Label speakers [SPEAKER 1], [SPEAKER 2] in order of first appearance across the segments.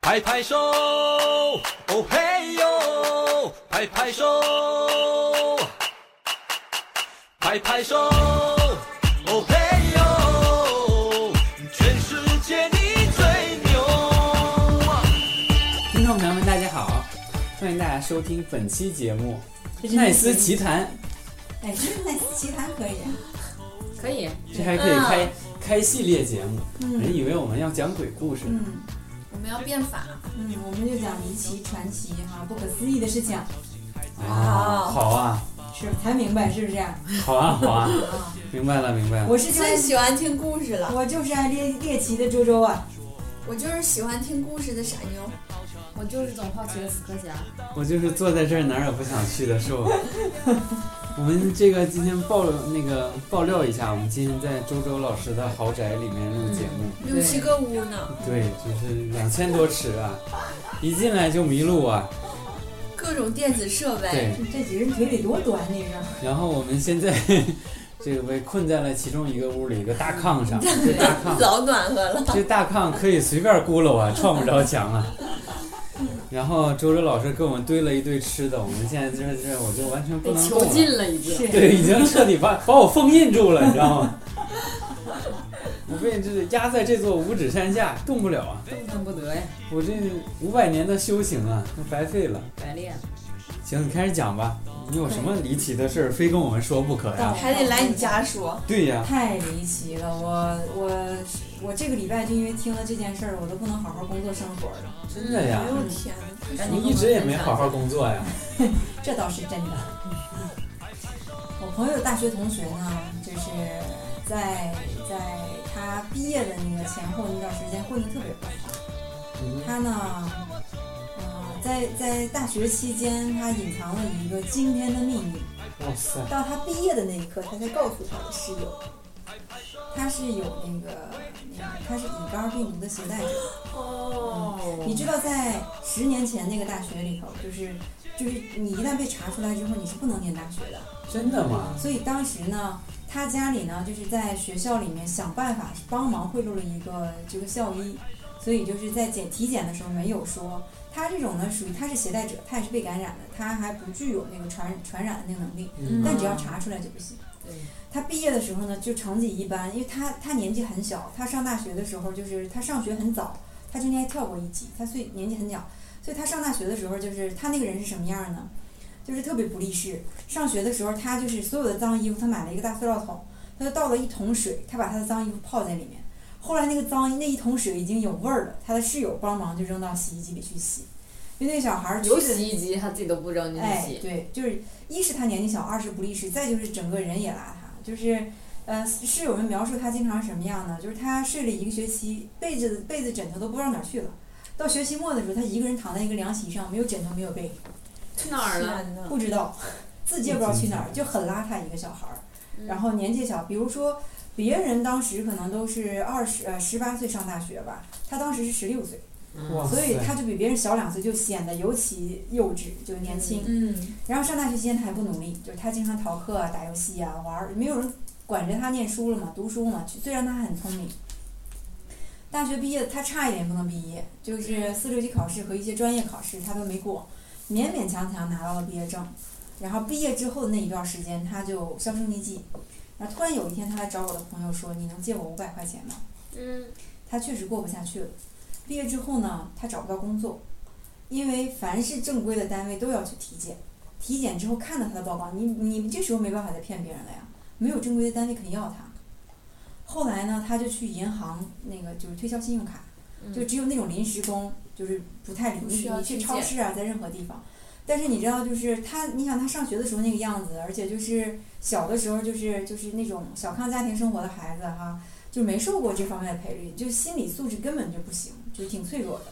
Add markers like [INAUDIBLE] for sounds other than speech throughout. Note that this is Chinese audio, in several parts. [SPEAKER 1] 拍拍手，哦嘿哟，拍拍手，拍拍手，哦嘿哟，全世界你最牛。
[SPEAKER 2] 听众朋友们，大家好，欢迎大家收听本期节目
[SPEAKER 3] 这
[SPEAKER 2] 《
[SPEAKER 3] 是
[SPEAKER 2] 奈斯奇谈》，
[SPEAKER 3] 哎，这是奈斯奇谈可以啊。
[SPEAKER 4] 可以，
[SPEAKER 2] 这还可以开、
[SPEAKER 4] 嗯
[SPEAKER 2] 开系列节目，人以为我们要讲鬼故事，
[SPEAKER 3] 嗯
[SPEAKER 4] 我们要变法，
[SPEAKER 3] 嗯，我们就讲离奇、传奇哈，不可思议的事情，
[SPEAKER 2] 啊，好啊，
[SPEAKER 3] 是才明白是不是？
[SPEAKER 2] 好啊，好啊，
[SPEAKER 3] 啊，
[SPEAKER 2] 明白了，明白了。
[SPEAKER 3] 我是就
[SPEAKER 4] 最
[SPEAKER 3] 是
[SPEAKER 4] 喜欢听故事了。
[SPEAKER 3] 我就是爱猎猎奇的周周啊。
[SPEAKER 4] 我就是喜欢听故事的傻妞，我就是总好奇的死磕侠。
[SPEAKER 2] 我就是坐在这儿哪儿也不想去的兽。我们这个今天爆那个爆料一下，我们今天在周周老师的豪宅里面录节目，
[SPEAKER 5] 嗯
[SPEAKER 4] 六七个屋呢，
[SPEAKER 2] 对，就是两千多尺啊，一进来就迷路啊，
[SPEAKER 4] 各种电子设备，
[SPEAKER 2] 对。
[SPEAKER 3] 这几人腿得多短，你知道？
[SPEAKER 2] 然后我
[SPEAKER 4] [LAUGHS]
[SPEAKER 2] 们现在这个被困在了其中一个屋里，一个大
[SPEAKER 4] [LAUGHS]
[SPEAKER 2] 炕上，这大炕
[SPEAKER 4] 老暖和了。
[SPEAKER 2] 这大炕可以随便咕噜
[SPEAKER 4] [LAUGHS]
[SPEAKER 2] 啊，撞不着墙啊。然后周周老师给我们堆了一堆吃的，我们现在就是这，我就完全不
[SPEAKER 4] 被
[SPEAKER 2] 能
[SPEAKER 4] 囚
[SPEAKER 2] 动了。
[SPEAKER 4] 禁了已经，
[SPEAKER 3] 是
[SPEAKER 2] 对，已经彻底把把我封印住了，你知道
[SPEAKER 4] [LAUGHS]
[SPEAKER 2] 吗？我被这压在这座五指山下，动不了啊！
[SPEAKER 4] 动弹不得呀，
[SPEAKER 2] 我这五百年的修行啊，都白费了。
[SPEAKER 4] 白练。
[SPEAKER 2] 行，你开始讲吧，你有什么离奇的事儿，非跟我们说不可呀？
[SPEAKER 4] 还得来你家说，
[SPEAKER 2] 对呀，
[SPEAKER 3] 太离奇了！我我我这个礼拜就因为听了这件事儿，我都不能好好工作生活了。
[SPEAKER 2] 真的呀
[SPEAKER 4] 哎，呦天哪！
[SPEAKER 2] 你一直也没好好工作呀。
[SPEAKER 3] 这倒是真的。嗯我朋友大学同学呢，就是在在他毕业的那个前后那段时间混得特别不好。
[SPEAKER 2] 嗯
[SPEAKER 3] 他呢，呃，在在大学期间，他隐藏了一个惊天的秘密，
[SPEAKER 2] 哇塞，
[SPEAKER 3] 到他毕业的那一刻，他才告诉他的室友，他是有那个那个，他是乙肝病毒的携带者。
[SPEAKER 4] 哦
[SPEAKER 3] 你知道，在十年前那个大学里头，就是就是你一旦被查出来之后，你是不能念大学的。
[SPEAKER 2] 真的吗？
[SPEAKER 3] 所以当时呢，他家里呢就是在学校里面想办法帮忙贿赂了一个这个校医，所以就是在检体检的时候没有说他这种呢属于他是携带者，他也是被感染的，他还不具有那个传传染的那个能力，
[SPEAKER 2] 嗯
[SPEAKER 3] 但只要查出来就不行。
[SPEAKER 4] 对
[SPEAKER 3] 他毕业的时候呢，就成绩一般，因为他他年纪很小，他上大学的时候就是他上学很早，他中间还跳过一级，他所以年纪很小，所以他上大学的时候就是他那个人是什么样呢？就是特别不立誓。上学的时候，他就是所有的脏衣服，他买了一个大塑料桶，他就倒了一桶水，他把他的脏衣服泡在里面。后来那个脏那一桶水已经有味儿了，他的室友帮忙就扔到洗衣机里去洗，因为那个小孩儿
[SPEAKER 4] 有
[SPEAKER 3] 去的
[SPEAKER 4] 洗衣机他自己都不扔进去
[SPEAKER 3] 哎，
[SPEAKER 4] 洗，
[SPEAKER 3] 对，就是一是他年纪小，二是不立誓，再就是整个人也邋遢。就是呃，室友们描述他经常什么样呢？就是他睡了一个学期，被子被子枕头都不知道哪儿去了。到学期末的时候，他一个人躺在一个凉席上，没有枕头，没有被，
[SPEAKER 4] 去哪儿了？
[SPEAKER 5] 嗯
[SPEAKER 3] 不知道， [LAUGHS] 自己也不知道去哪儿，就很邋遢一个小孩儿。
[SPEAKER 5] 嗯
[SPEAKER 3] 然后年纪小，比如说别人当时可能都是二十呃十八岁上大学吧，他当时是十六岁，
[SPEAKER 2] 哇塞，
[SPEAKER 3] 所以他就比别人小两岁，就显得尤其幼稚，就年轻。
[SPEAKER 4] 嗯，
[SPEAKER 3] 然后上大学期间他还不努力，就是他经常逃课啊、打游戏啊、玩儿，没有人管着他念书了嘛，读书嘛。虽然他很聪明，大学毕业他差一点不能毕业，就是四六级考试和一些专业考试他都没过，勉勉强强拿到了毕业证。然后毕业之后的那一段时间，他就销声匿迹。然后突然有一天，他来找我的朋友说：“你能借我五百块钱吗？”
[SPEAKER 4] 嗯，
[SPEAKER 3] 他确实过不下去了。毕业之后呢，他找不到工作，因为凡是正规的单位都要去体检，体检之后看到他的报告，你你这时候没办法再骗别人了呀，没有正规的单位肯要他。后来呢，他就去银行那个就是推销信用卡，就只有那种临时工，就是不太理
[SPEAKER 4] 嗯不需
[SPEAKER 3] 你，
[SPEAKER 4] 要
[SPEAKER 3] 你去
[SPEAKER 4] 体
[SPEAKER 3] 超
[SPEAKER 4] 检
[SPEAKER 3] 市啊，在任何地方。但是你知道，就是他，你想他上学的时候那个样子，而且就是小的时候，就是就是那种小康家庭生活的孩子哈、就没受过这方面的培育，就心理素质根本就不行，就挺脆弱的。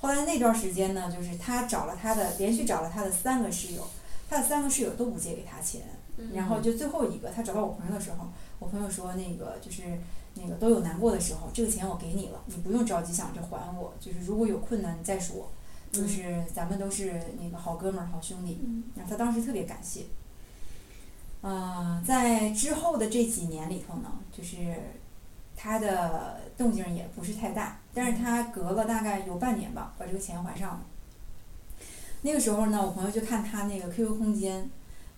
[SPEAKER 3] 后来那段时间呢，就是他找了他的，连续找了他的三个室友，他的三个室友都不借给他钱，
[SPEAKER 5] 嗯
[SPEAKER 3] 然后就最后一个，他找到我朋友的时候，我朋友说那个就是那个都有难过的时候，这个钱我给你了，你不用着急想着还我，就是如果有困难你再说，就是咱们都是那个好哥们儿、好兄弟。然后他当时特别感谢。呃，在之后的这几年里头呢，就是他的动静也不是太大，但是他隔了大概有半年吧，把这个钱还上了。那个时候呢，我朋友就看他那个 QQ 空间，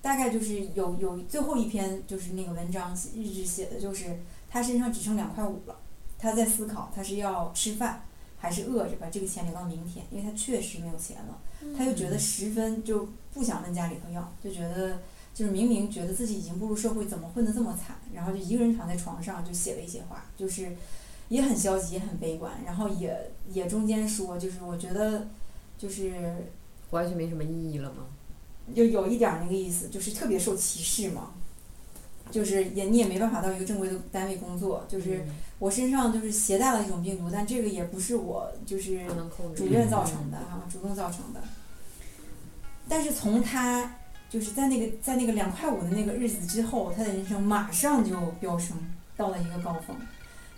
[SPEAKER 3] 大概就是有有最后一篇就是那个文章日志写的就是他身上只剩两块五了，他在思考他是要吃饭还是饿着把这个钱留到明天，因为他确实没有钱了，
[SPEAKER 4] 嗯
[SPEAKER 3] 他就觉得十分就不想问家里头要，就觉得就是明明觉得自己已经步入社会，怎么混得这么惨，然后就一个人躺在床上就写了一些话，就是也很消极，也很悲观，然后也也中间说就是我觉得就是。
[SPEAKER 6] 活下去没什么意义了吗？
[SPEAKER 3] 就有一点儿那个意思，就是特别受歧视嘛，就是也你也没办法到一个正规的单位工作，就是
[SPEAKER 6] 嗯
[SPEAKER 3] 我身上就是携带了一种病毒，但这个也不是我就是
[SPEAKER 6] 不能
[SPEAKER 5] 嗯
[SPEAKER 6] 控制，
[SPEAKER 3] 主愿造成的哈、主动造成的。但是从他就是在那个在那个两块五的那个日子之后，他的人生马上就飙升到了一个高峰。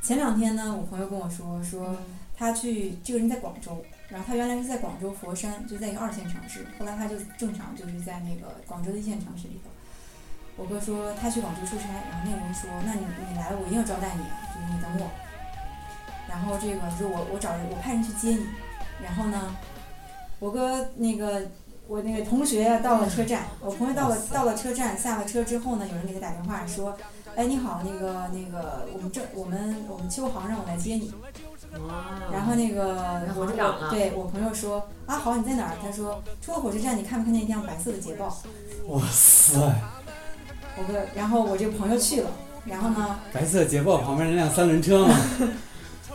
[SPEAKER 3] 前两天呢，我朋友跟我说说他去这个人在广州，然后他原来是在广州佛山，就在一个二线城市，后来他就正常就是在那个广州的一线城市里头。我哥说他去广州出差，然后那个人说：“那你你来了，我一定要招待你，啊就是你等我。”然后这个说我我找人，我派人去接你。然后呢，我哥那个我那个同学啊到了车站，我朋友到了到了车站，下了车之后呢，有人给他打电话说：“哎，你好，那个那个，我们这我们我们秋航让我来接你。”
[SPEAKER 6] 哇，
[SPEAKER 3] 然后那个
[SPEAKER 6] 那
[SPEAKER 3] 我
[SPEAKER 6] 行嗯长了
[SPEAKER 3] 对我朋友说啊好你在哪儿？他说出了火车站你看没看见一辆白色的捷豹？
[SPEAKER 2] 哇塞，
[SPEAKER 3] 我哥，然后我这个朋友去了，然后呢，
[SPEAKER 2] 白色捷豹旁边那辆三轮车嘛，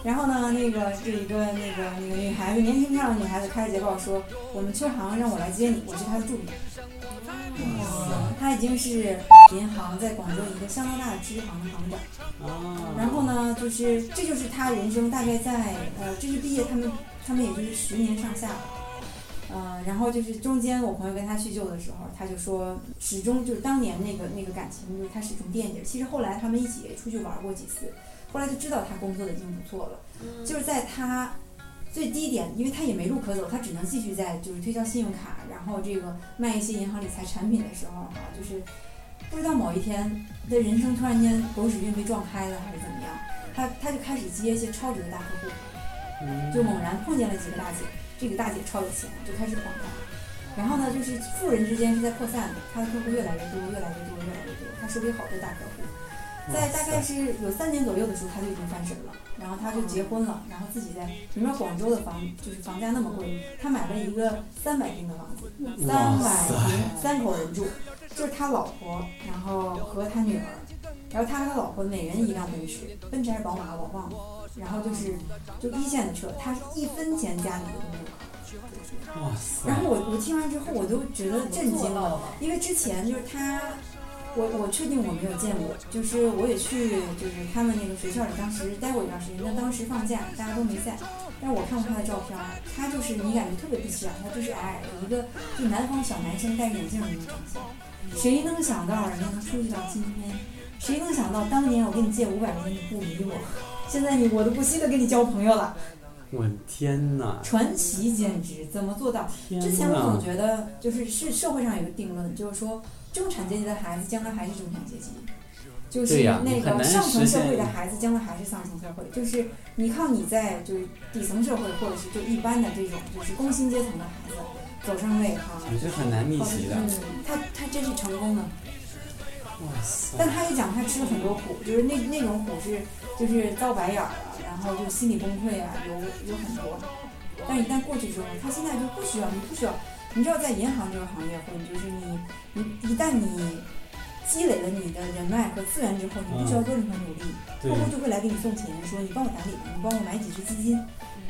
[SPEAKER 3] 然后呢那个这一个那个那个女孩子年轻漂亮的女孩子开着捷豹说我们秋航让我来接你，我是她的助理。她已经是银行在广州一个相当大的支行的行长。
[SPEAKER 2] 啊，
[SPEAKER 3] 然后呢，就是这就是他人生大概在呃，这是毕业他们他们也就是十年上下吧，呃，然后就是中间我朋友跟他叙旧的时候，他就说始终就是当年那个那个感情，就是他始终惦记着。其实后来他们一起也出去玩过几次，后来就知道他工作的已经不错了，就是在他。最低点，因为他也没路可走，他只能继续在就是推销信用卡，然后这个卖一些银行理财产品的时候哈，就是不知道某一天的人生突然间狗屎运被撞开了，还是怎么样？他他就开始接一些超值的大客户，
[SPEAKER 2] 嗯
[SPEAKER 3] 就猛然碰见了几个大姐，这个大姐超有钱，就开始捧他。然后呢，就是富人之间是在扩散的，他的客户越来越多，越来越多，越来越多，他手里好多大客户。在大概是有三年左右的时候，他就已经翻身了，然后他就结婚了，然后自己在，你知道广州的房就是房价那么贵，他买了一个三百平的房子，三
[SPEAKER 2] 哇
[SPEAKER 3] 百
[SPEAKER 2] 塞
[SPEAKER 3] 平三口人住，就是他老婆，然后和他女儿，然后他和他老婆每人一辆奔驰，奔驰还是宝马我忘了，然后就是就一线的车，他是一分钱家里的都没有掏。
[SPEAKER 2] 哇塞
[SPEAKER 3] 然，后我我听完之后，我都觉得震惊了。
[SPEAKER 4] 了，
[SPEAKER 3] 因为之前就是他，我我确定我没有见过，就是我也去就是他们那个学校里当时待过一段时间，但当时放假大家都没在，但是我看过他的照片儿，他就是你感觉特别不起眼，他就是矮矮的一个就南方小男生戴着眼镜的那种长相，谁能想到人家能出去到今天？谁能想到当年我给你借五百块钱你不理我，现在你我都不稀得跟你交朋友了，
[SPEAKER 2] 我的天哪，
[SPEAKER 3] 传奇简直怎么做到？
[SPEAKER 2] 天
[SPEAKER 3] 之前我总
[SPEAKER 2] 哪，
[SPEAKER 3] 觉得就是是社会上有个定论，就是说中产阶级的孩子将来还是中产阶级，就是
[SPEAKER 2] 对呀
[SPEAKER 3] 那
[SPEAKER 2] 很
[SPEAKER 3] 个
[SPEAKER 2] 难
[SPEAKER 3] 上层
[SPEAKER 2] 实
[SPEAKER 3] 社
[SPEAKER 2] 现
[SPEAKER 3] 会的孩子将来还是上层社会，就是你靠你在就是底层社会或者是就一般的这种就是工薪阶层的孩子走上位哈，嗯
[SPEAKER 2] 你是很难逆袭的，
[SPEAKER 3] 他他真是成功了。
[SPEAKER 2] 哇塞
[SPEAKER 3] 但，他也讲他吃了很多苦，就是那那种苦是就是遭白眼儿了，然后就心理崩溃啊，有有很多。但一旦过去之后，他现在就不需要，你不需要，你知道在银行这个行业混，就是你你一旦你积累了你的人脉和资源之后，你不需要做任何努力，
[SPEAKER 2] 嗯对
[SPEAKER 3] 客户就会来给你送钱，说你帮我打理吧，你帮我买几只基金，啊，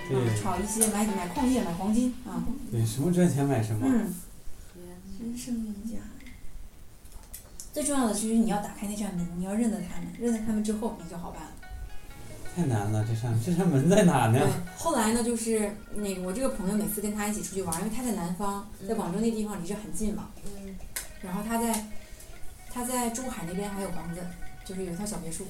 [SPEAKER 2] 对嗯
[SPEAKER 3] 炒一些买买矿业买黄金啊，
[SPEAKER 2] 对，什么赚钱买什么，
[SPEAKER 3] 嗯。
[SPEAKER 4] 人生赢家，
[SPEAKER 3] 最重要的就是你要打开那扇门，你要认得他们，认得他们之后你就好办了。
[SPEAKER 2] 太难了，这扇这扇门在哪呢
[SPEAKER 3] 对？，后来呢，就是那个我这个朋友每次跟他一起出去玩，因为他在南方，在广州那地方离这很近嘛。
[SPEAKER 6] 嗯
[SPEAKER 3] 然后他在他在珠海那边还有房子，就是有一套小别墅。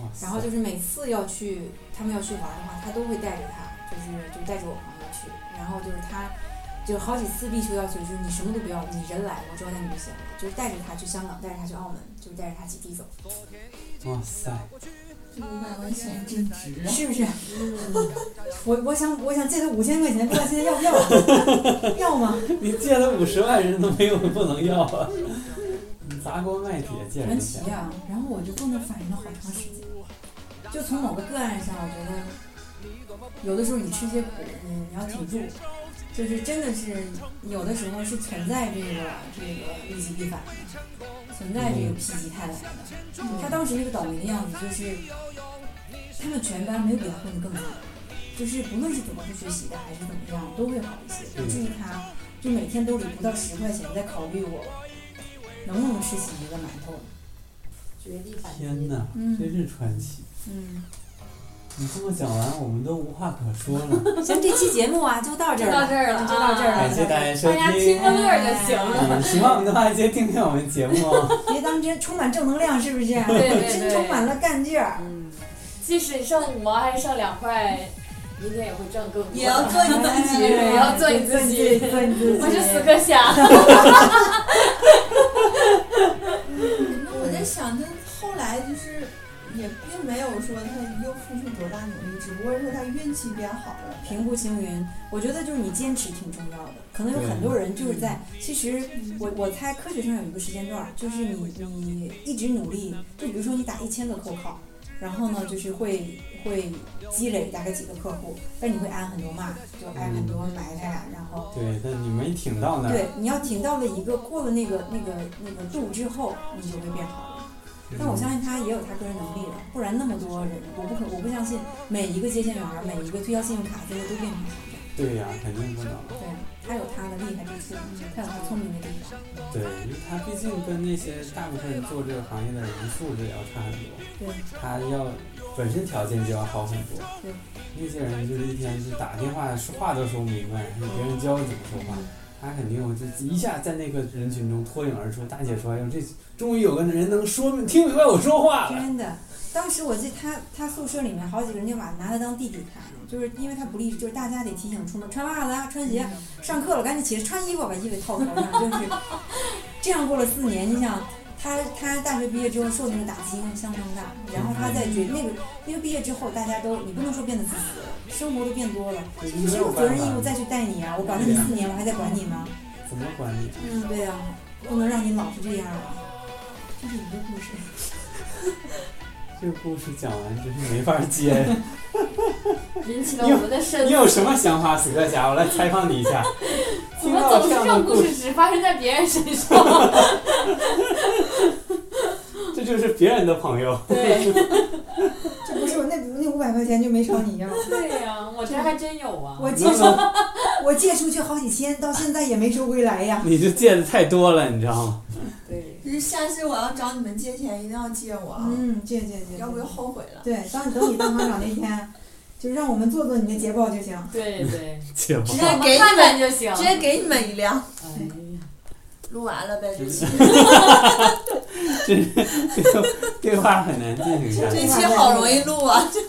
[SPEAKER 2] 哇塞，
[SPEAKER 3] 然后就是每次要去他们要去玩的话，他都会带着他，就是就带着我朋友去。然后就是他就好几次必修要求就是你什么都不要，你人来我招待你就行了。就是带着他去香港，带着他去澳门，就是带着他起地走。
[SPEAKER 2] 哇塞，
[SPEAKER 4] 这五百块钱真值啊！
[SPEAKER 3] 是不是？ [LAUGHS] 我我想我想借他五千块钱，不知道现在要不要？ [LAUGHS] 要吗？
[SPEAKER 2] 你借了五十万，人都没有不能要啊！ [LAUGHS] 你砸锅卖铁借
[SPEAKER 3] 难
[SPEAKER 2] 人
[SPEAKER 3] 题
[SPEAKER 2] 钱，
[SPEAKER 3] 啊！然后我就跟着反应了好长时间，就从某个个案上，我觉得有的时候你吃些苦，你你要挺住，就是真的是有的时候是存在这个这个物极必反的，存在这个否极泰来的。他当时那个倒霉的样子，就是他们全班没有比他混得更惨，就是不论是怎么不学习的还是怎么样，都会好一些，以至于他就每天兜里不到十块钱，在考虑我能不能吃起一个馒头。
[SPEAKER 6] 绝地反击。
[SPEAKER 2] 天哪，真是传奇！
[SPEAKER 3] 嗯，
[SPEAKER 2] 你这么讲完，我们都无话可说
[SPEAKER 3] [LAUGHS]
[SPEAKER 2] 了。
[SPEAKER 3] 行，这期节目啊就到这
[SPEAKER 4] 就
[SPEAKER 3] 儿
[SPEAKER 4] 到
[SPEAKER 3] 了，
[SPEAKER 4] 这儿了，
[SPEAKER 3] 就到这儿了
[SPEAKER 2] 感谢大家收
[SPEAKER 4] 大家听
[SPEAKER 2] 听，
[SPEAKER 4] 个乐儿就行了。
[SPEAKER 2] 嗯，喜欢我们的话记得订阅我们节
[SPEAKER 3] [LAUGHS]
[SPEAKER 2] 目哦。
[SPEAKER 3] [LAUGHS] 别当真，充满正能量，是不是？对
[SPEAKER 4] 对对
[SPEAKER 3] [LAUGHS] 真充满了干劲儿。
[SPEAKER 6] 嗯，
[SPEAKER 4] 即使你剩五毛还是剩两块，明天也会挣更多。
[SPEAKER 7] 也要做你自
[SPEAKER 4] [LAUGHS]
[SPEAKER 7] 己。
[SPEAKER 3] 哎
[SPEAKER 4] 也要做你自己
[SPEAKER 3] 做你自己。
[SPEAKER 4] 我是死磕侠。
[SPEAKER 7] 那我在想，他后来就是也并没有说他又付出多大努力，只不过是他运气变好了。
[SPEAKER 3] 平步青云，我觉得就是你坚持挺重要的。可能有很多人就是在，其实我我猜科学上有一个时间段儿，就是你你一直努力，就比如说你打一千个扣号，然后呢就是会会积累大概几个客户，但你会挨很多骂，就挨很多埋汰呀，然后
[SPEAKER 2] 对，但你没挺到那儿，
[SPEAKER 3] 对，你要挺到了一个过了那个那个那个度之后，你就会变好了。但我相信他也有他个人能力了，不然那么多人，我不可我不相信每一个接线员儿，每一个推销信用卡最后都变成啥样。
[SPEAKER 2] 对呀，肯定不能。
[SPEAKER 3] 对，他有他的厉害之处，他有他聪明的地方。
[SPEAKER 2] 对，因为他毕竟跟那些大部分做这个行业的人素质也要差很多。
[SPEAKER 3] 对，
[SPEAKER 2] 他要本身条件就要好很多。
[SPEAKER 3] 对，
[SPEAKER 2] 那些人就是一天就打电话说话都说不明白，别人教怎么说
[SPEAKER 3] 嗯
[SPEAKER 2] 话，他肯定就一下在那个人群中脱颖而出。大姐说：“哎呦，这终于有个人能说明听明白我说话了。
[SPEAKER 3] 真的。当时我记得他他宿舍里面好几个人就把拿他当弟弟看，就是因为他不利，就是大家得提醒出门穿袜子啊，穿鞋啊，
[SPEAKER 2] 嗯
[SPEAKER 3] 上课了赶紧起来穿衣服，把衣服套头上，
[SPEAKER 2] [LAUGHS]
[SPEAKER 3] 就是这样过了四年。你想，他他大学毕业之后受那个打击相当大，然后他在觉
[SPEAKER 2] 嗯
[SPEAKER 3] 那个因为毕业之后大家都你不能说变得自私了，生活都变多了，”
[SPEAKER 2] 你
[SPEAKER 3] 就是
[SPEAKER 2] 没有
[SPEAKER 3] 有
[SPEAKER 2] 办
[SPEAKER 3] 责任义务
[SPEAKER 2] 法，
[SPEAKER 3] 再去带你啊，我管了你四年，我还在管你吗？
[SPEAKER 2] 怎么管理？
[SPEAKER 3] 嗯，对呀、不能让你老是这样啊。这是一个故事。
[SPEAKER 2] 这个故事讲完真是没法接。 [LAUGHS]
[SPEAKER 4] 引起了我们的深
[SPEAKER 2] 你
[SPEAKER 4] 思。
[SPEAKER 2] 有什么想法，死哥侠？我来采访你一
[SPEAKER 4] [LAUGHS]
[SPEAKER 2] 下。
[SPEAKER 4] 我
[SPEAKER 2] 听
[SPEAKER 4] 们
[SPEAKER 2] 到
[SPEAKER 4] 总
[SPEAKER 2] 这
[SPEAKER 4] 是
[SPEAKER 2] 样
[SPEAKER 4] 这
[SPEAKER 2] 的
[SPEAKER 4] 种故
[SPEAKER 2] 故
[SPEAKER 4] 事
[SPEAKER 2] 事，
[SPEAKER 4] 只发生在别人身上。
[SPEAKER 2] 这就是别人的
[SPEAKER 4] [LAUGHS]
[SPEAKER 2] 朋友。
[SPEAKER 4] 对
[SPEAKER 3] 这不是我那那五百块钱就没朝你要，
[SPEAKER 4] 对呀、我这还真有啊。
[SPEAKER 3] 我借
[SPEAKER 2] [LAUGHS] 那
[SPEAKER 3] 出
[SPEAKER 2] 么
[SPEAKER 3] 我借出去好几千，到现在也没收回来
[SPEAKER 2] [LAUGHS]
[SPEAKER 3] 呀。
[SPEAKER 2] 你这借的太多了，你知道吗？
[SPEAKER 4] 对，
[SPEAKER 7] 就是下次我要找你们借钱，一定要借我啊，
[SPEAKER 3] 嗯，借借借，
[SPEAKER 7] 要不就后悔了。
[SPEAKER 3] 对，当你等你当行长那天，就让我们做做你的捷报就行。
[SPEAKER 4] 对对，
[SPEAKER 2] 借吧。
[SPEAKER 7] 直
[SPEAKER 4] 我
[SPEAKER 2] [LAUGHS]
[SPEAKER 7] 接
[SPEAKER 4] 们
[SPEAKER 7] 给
[SPEAKER 4] 看
[SPEAKER 7] 你
[SPEAKER 4] 看
[SPEAKER 7] 们，
[SPEAKER 4] 就行。
[SPEAKER 7] 直接给你们一辆。
[SPEAKER 4] 哎呀，
[SPEAKER 7] 录完了呗，这期
[SPEAKER 2] 对话很难进行下
[SPEAKER 7] 这
[SPEAKER 2] 去。
[SPEAKER 7] 期好容易录 [LAUGHS] 啊，就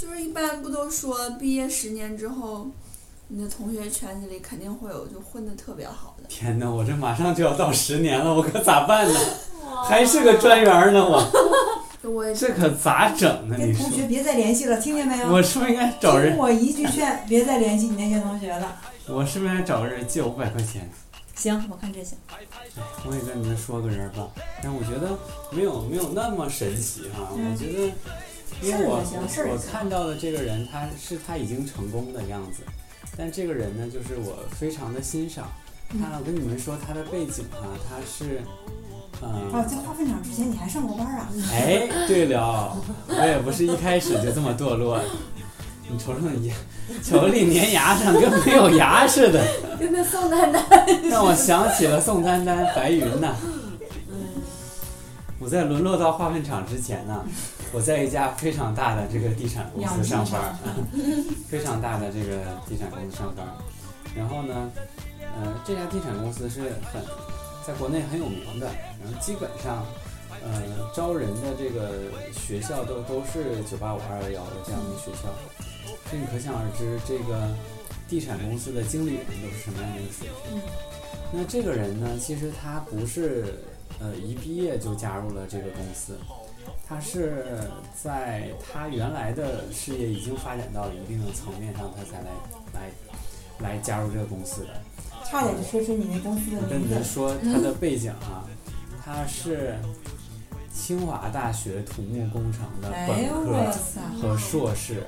[SPEAKER 7] 就是一般不都说毕业十年之后，你的同学圈子里肯定会有就混的特别好的。
[SPEAKER 2] 天哪，我这马上就要到十年了，我可咋办呢？
[SPEAKER 4] [LAUGHS]
[SPEAKER 2] 还是个专员呢，我
[SPEAKER 7] 就我也
[SPEAKER 2] 这可咋整啊？
[SPEAKER 3] 跟
[SPEAKER 2] 你
[SPEAKER 3] 同学
[SPEAKER 2] 说，
[SPEAKER 3] 别再联系了，听见没有？
[SPEAKER 2] 我是不是应该找
[SPEAKER 3] 听
[SPEAKER 2] 人？
[SPEAKER 3] 我一句劝，别再联系你那些同学了。
[SPEAKER 2] 我是不是应该找个人借五百块钱？
[SPEAKER 3] 行，我看这行。
[SPEAKER 2] 我也跟你们说个人吧，但我觉得没有没有那么神奇哈、
[SPEAKER 3] 嗯
[SPEAKER 2] 我觉得，因
[SPEAKER 3] 事儿
[SPEAKER 2] 为
[SPEAKER 3] 也
[SPEAKER 2] 我
[SPEAKER 3] 行事儿也
[SPEAKER 2] 我
[SPEAKER 3] 行
[SPEAKER 2] 看到的这个人，他是他已经成功的样子，但这个人呢，就是我非常的欣赏。
[SPEAKER 3] 嗯
[SPEAKER 2] 他，我跟你们说他的背景哈、他是，
[SPEAKER 3] 哦，
[SPEAKER 2] 嗯，
[SPEAKER 3] 在化粪厂之前你还上过班啊？
[SPEAKER 2] 哎，对了，我也不是一开始就这么堕落的。你瞅瞅你，瞅瞅你粘牙上跟没有牙似的，
[SPEAKER 4] 跟那宋丹丹
[SPEAKER 2] [LAUGHS] 让我想起了宋丹丹、白云呐、我在沦落到化粪厂之前呢，我在一家非常大的这个地产公司上班儿， [LAUGHS] 非常大的这个地产公司上班儿。然后呢，呃，这家地产公司是很在国内很有名的，然后基本上，呃，招人的这个学校都都是九八五、二幺幺的这样的学校，所以你可想而知，这个地产公司的经理人都是什么样的一个水平。那这个人呢，其实他不是呃一毕业就加入了这个公司，他是在他原来的事业已经发展到了一定的层面上，他才来来来加入这个公司的。
[SPEAKER 3] 差点就说出你那公司的
[SPEAKER 2] 我跟
[SPEAKER 3] 名
[SPEAKER 2] 你
[SPEAKER 3] 字
[SPEAKER 2] 们。说他的背景啊，他是清华大学土木工程的
[SPEAKER 3] 哎
[SPEAKER 2] 本
[SPEAKER 3] 呦我
[SPEAKER 2] 科
[SPEAKER 3] 操！
[SPEAKER 2] 和硕士，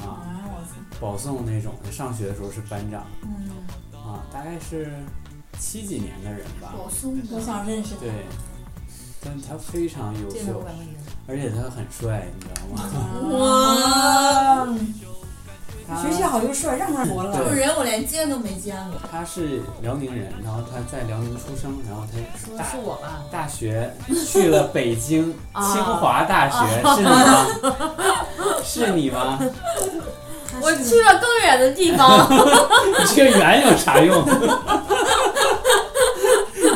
[SPEAKER 2] 啊，
[SPEAKER 3] 啊我操！
[SPEAKER 2] 保送那种的，上学的时候是班长
[SPEAKER 3] 嗯，
[SPEAKER 2] 啊，大概是七几年的人吧。
[SPEAKER 4] 保送
[SPEAKER 3] 我想认识他。
[SPEAKER 2] 对，但他非常优
[SPEAKER 6] 这个
[SPEAKER 2] 秀
[SPEAKER 6] 我，敢问的。
[SPEAKER 2] 而且他很帅，你知道吗？ [LAUGHS]
[SPEAKER 3] 哇！
[SPEAKER 2] 他
[SPEAKER 3] 学习好又帅，让他活
[SPEAKER 2] 对
[SPEAKER 3] 了。
[SPEAKER 7] 这种人我连见都没见过。
[SPEAKER 2] 他是辽宁人，然后他在辽宁出生，然后他
[SPEAKER 6] 说
[SPEAKER 2] 大
[SPEAKER 6] 是我吧？
[SPEAKER 2] 大学去了北京
[SPEAKER 6] [LAUGHS] 啊
[SPEAKER 2] 清华大学，是你吗？是你吗？ [LAUGHS]
[SPEAKER 4] 我去了更远的地方，
[SPEAKER 2] 你这个圆有啥用？ [LAUGHS]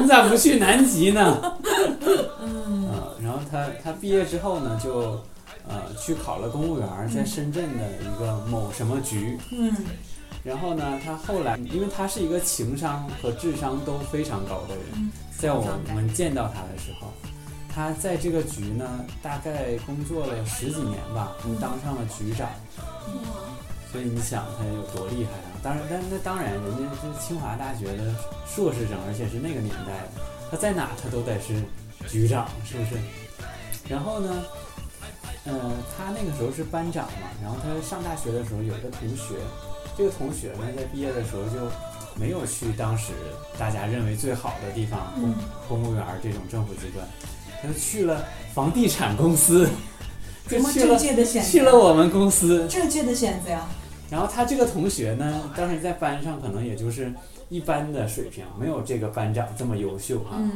[SPEAKER 2] 你咋不去南极呢？嗯、然后他他毕业之后呢，就呃去考了公务员儿，在深圳的一个某什么局。
[SPEAKER 3] 嗯，
[SPEAKER 2] 然后呢，他后来因为他是一个情商和智商都非常高的人，在我们见到他的时候，他在这个局呢大概工作了十几年吧，当上了局长。
[SPEAKER 7] 啊
[SPEAKER 2] 所以你想他有多厉害啊？当然，但那当然，人家是清华大学的硕士生，而且是那个年代的，他在哪他都得是局长，是不是？然后呢，嗯、他那个时候是班长嘛，然后他上大学的时候有一个同学，这个同学呢在毕业的时候就没有去当时大家认为最好的地方，公、
[SPEAKER 3] 嗯
[SPEAKER 2] 公务员这种政府机关，他就去了房地产公司，就
[SPEAKER 3] 什么
[SPEAKER 2] 去
[SPEAKER 3] 正
[SPEAKER 2] 了
[SPEAKER 3] 确的选择？
[SPEAKER 2] 去了我们公司，
[SPEAKER 3] 正确的选择呀。
[SPEAKER 2] 然后他这个同学呢，当时在班上可能也就是一般的水平，没有这个班长这么优秀啊。
[SPEAKER 3] 嗯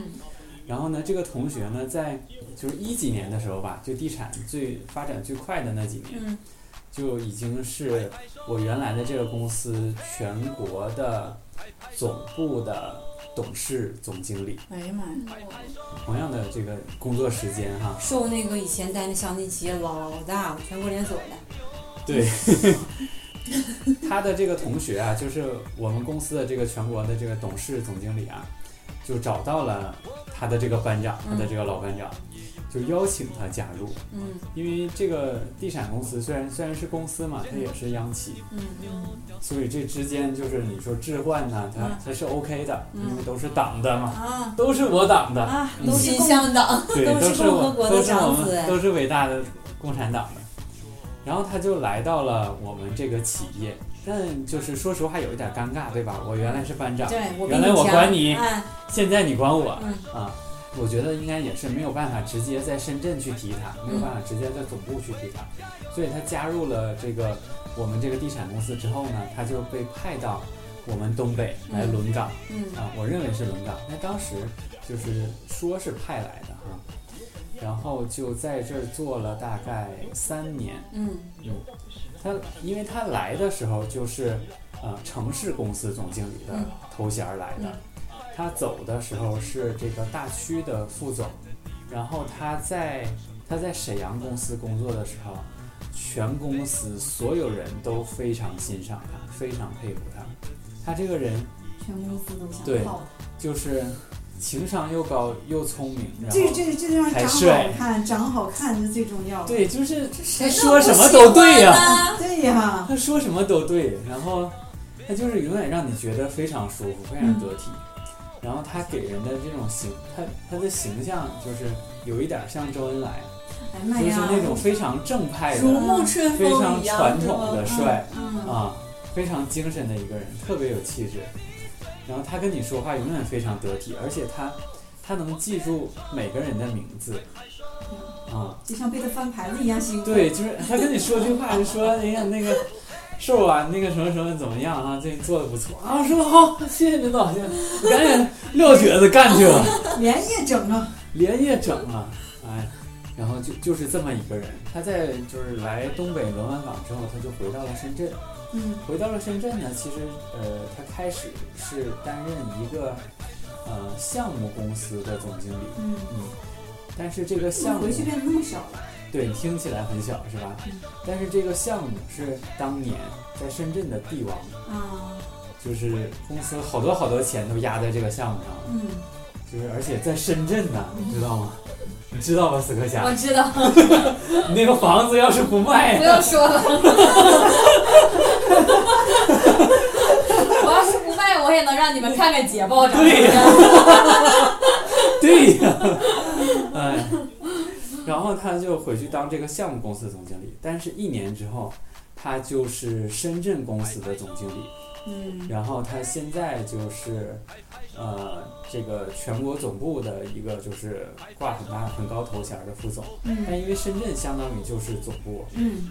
[SPEAKER 2] 然后呢，这个同学呢，在就是一几年的时候吧，就地产最发展最快的那几年，
[SPEAKER 3] 嗯
[SPEAKER 2] 就已经是我原来的这个公司全国的总部的董事总经理。
[SPEAKER 3] 哎呀妈呀！
[SPEAKER 7] 嗯
[SPEAKER 2] 同样的这个工作时间哈，
[SPEAKER 8] 受那个以前待那乡亲企业老大了，全国连锁的，
[SPEAKER 2] 对，他的这个同学啊，就是我们公司的这个全国的这个董事总经理啊，就找到了他的这个班长，他的这个老班长，就邀请他加入。
[SPEAKER 8] 嗯
[SPEAKER 2] 因为这个地产公司虽然虽然是公司嘛，它也是央企，
[SPEAKER 8] 嗯
[SPEAKER 2] 所以这之间就是你说置换呢、它它是 OK 的，因为都是党的嘛，
[SPEAKER 3] 啊
[SPEAKER 2] 都是我党的，
[SPEAKER 3] 啊！
[SPEAKER 2] 嗯
[SPEAKER 3] 都是
[SPEAKER 4] 新
[SPEAKER 3] 共
[SPEAKER 4] 向党，
[SPEAKER 2] [LAUGHS] 对，
[SPEAKER 8] 都是
[SPEAKER 2] 都是
[SPEAKER 8] 共和
[SPEAKER 2] 我，
[SPEAKER 8] 国的
[SPEAKER 2] 都是我
[SPEAKER 8] 长子哎
[SPEAKER 2] 们，都是伟大的共产党的。然后他就来到了我们这个企业，但就是说实话有一点尴尬，对吧？我原来是班长，
[SPEAKER 8] 对，我比
[SPEAKER 2] 啊原来我
[SPEAKER 8] 强
[SPEAKER 2] 管你
[SPEAKER 8] 哎，
[SPEAKER 2] 现在你管我、
[SPEAKER 8] 嗯
[SPEAKER 2] 啊！我觉得应该也是没有办法直接在深圳去提他，没有
[SPEAKER 8] 嗯
[SPEAKER 2] 办法直接在总部去提他，所以他加入了这个我们这个地产公司之后呢，他就被派到我们东北来轮岗。
[SPEAKER 8] 嗯
[SPEAKER 2] 啊，我认为是轮岗。那当时就是说是派来的哈、然后就在这儿做了大概三年。
[SPEAKER 8] 嗯
[SPEAKER 2] 他因为他来的时候就是呃城市公司总经理的
[SPEAKER 8] 嗯
[SPEAKER 2] 头衔儿来的，他走的时候是这个大区的副总，然后他在他在沈阳公司工作的时候，全公司所有人都非常欣赏他，非常佩服他。他这个人
[SPEAKER 8] 全公司都想
[SPEAKER 2] 对
[SPEAKER 8] 泡，
[SPEAKER 2] 就是情商又高又聪明，然
[SPEAKER 3] 哎这
[SPEAKER 2] 后
[SPEAKER 3] 这这让
[SPEAKER 2] 还
[SPEAKER 3] 长
[SPEAKER 2] 帅
[SPEAKER 3] 好看，长好看是最重要的。
[SPEAKER 2] 对，就是他
[SPEAKER 4] 谁
[SPEAKER 2] 说什么都对呀、
[SPEAKER 3] 对呀，
[SPEAKER 2] 他说什么都对，然后他就是永远让你觉得非常舒服，非常得
[SPEAKER 4] 嗯
[SPEAKER 2] 体。然后他给人的这种形，他他的形象就是有一点像周恩来，
[SPEAKER 3] 哎呀妈
[SPEAKER 2] 就是那
[SPEAKER 3] 呀！
[SPEAKER 2] 种非常正派
[SPEAKER 4] 如
[SPEAKER 2] 的、
[SPEAKER 4] 沐春
[SPEAKER 2] 非
[SPEAKER 4] 风
[SPEAKER 2] 常
[SPEAKER 4] 一样，
[SPEAKER 2] 传统的帅
[SPEAKER 3] 嗯，
[SPEAKER 2] 啊，非常精神的一个人，特别有气质。然后他跟你说话永远非常得体，而且他他能记住每个人的名字
[SPEAKER 4] 嗯
[SPEAKER 2] 啊。
[SPEAKER 3] 就像被他翻牌子一样兴奋。
[SPEAKER 2] 对，就是他跟你说句话，就说哎呀那个瘦啊，那个什么什么怎么样啊，这做的不错啊，我说好，谢谢领导，谢谢，赶紧撂蹶子干去吧，
[SPEAKER 3] 连夜整啊！
[SPEAKER 2] 连夜整啊，哎，然后就就是这么一个人，他在就是来东北轮完岗之后，他就回到了深圳，
[SPEAKER 3] 嗯
[SPEAKER 2] 回到了深圳呢，其实呃，他开始是担任一个呃项目公司的总经理，
[SPEAKER 3] 嗯，
[SPEAKER 2] 嗯，但是这个
[SPEAKER 3] 怎
[SPEAKER 2] 项
[SPEAKER 3] 么
[SPEAKER 2] 目
[SPEAKER 3] 回去变得那么少了？
[SPEAKER 2] 对，听起来很小是吧？但是这个项目是当年在深圳的帝王，
[SPEAKER 3] 啊，
[SPEAKER 2] 就是公司好多好多钱都压在这个项目上了，
[SPEAKER 3] 嗯，
[SPEAKER 2] 就是而且在深圳呢，你知道吗？你知道吧，死磕侠？
[SPEAKER 4] 我知
[SPEAKER 2] [LAUGHS]
[SPEAKER 4] 道，
[SPEAKER 2] 你那个房子要是不卖
[SPEAKER 4] 不，用说了。 [LAUGHS] 我要是不卖，我也能让你们看看捷报长什
[SPEAKER 2] 对
[SPEAKER 4] 么
[SPEAKER 2] 呀
[SPEAKER 4] 样。
[SPEAKER 2] 对呀、哎，然后他就回去当这个项目公司的总经理，但是一年之后，他就是深圳公司的总经理。
[SPEAKER 8] 嗯，
[SPEAKER 2] 然后他现在就是，呃，这个全国总部的一个就是挂很大很高头衔儿的副总，
[SPEAKER 3] 嗯
[SPEAKER 2] 但因为深圳相当于就是总部，
[SPEAKER 8] 嗯，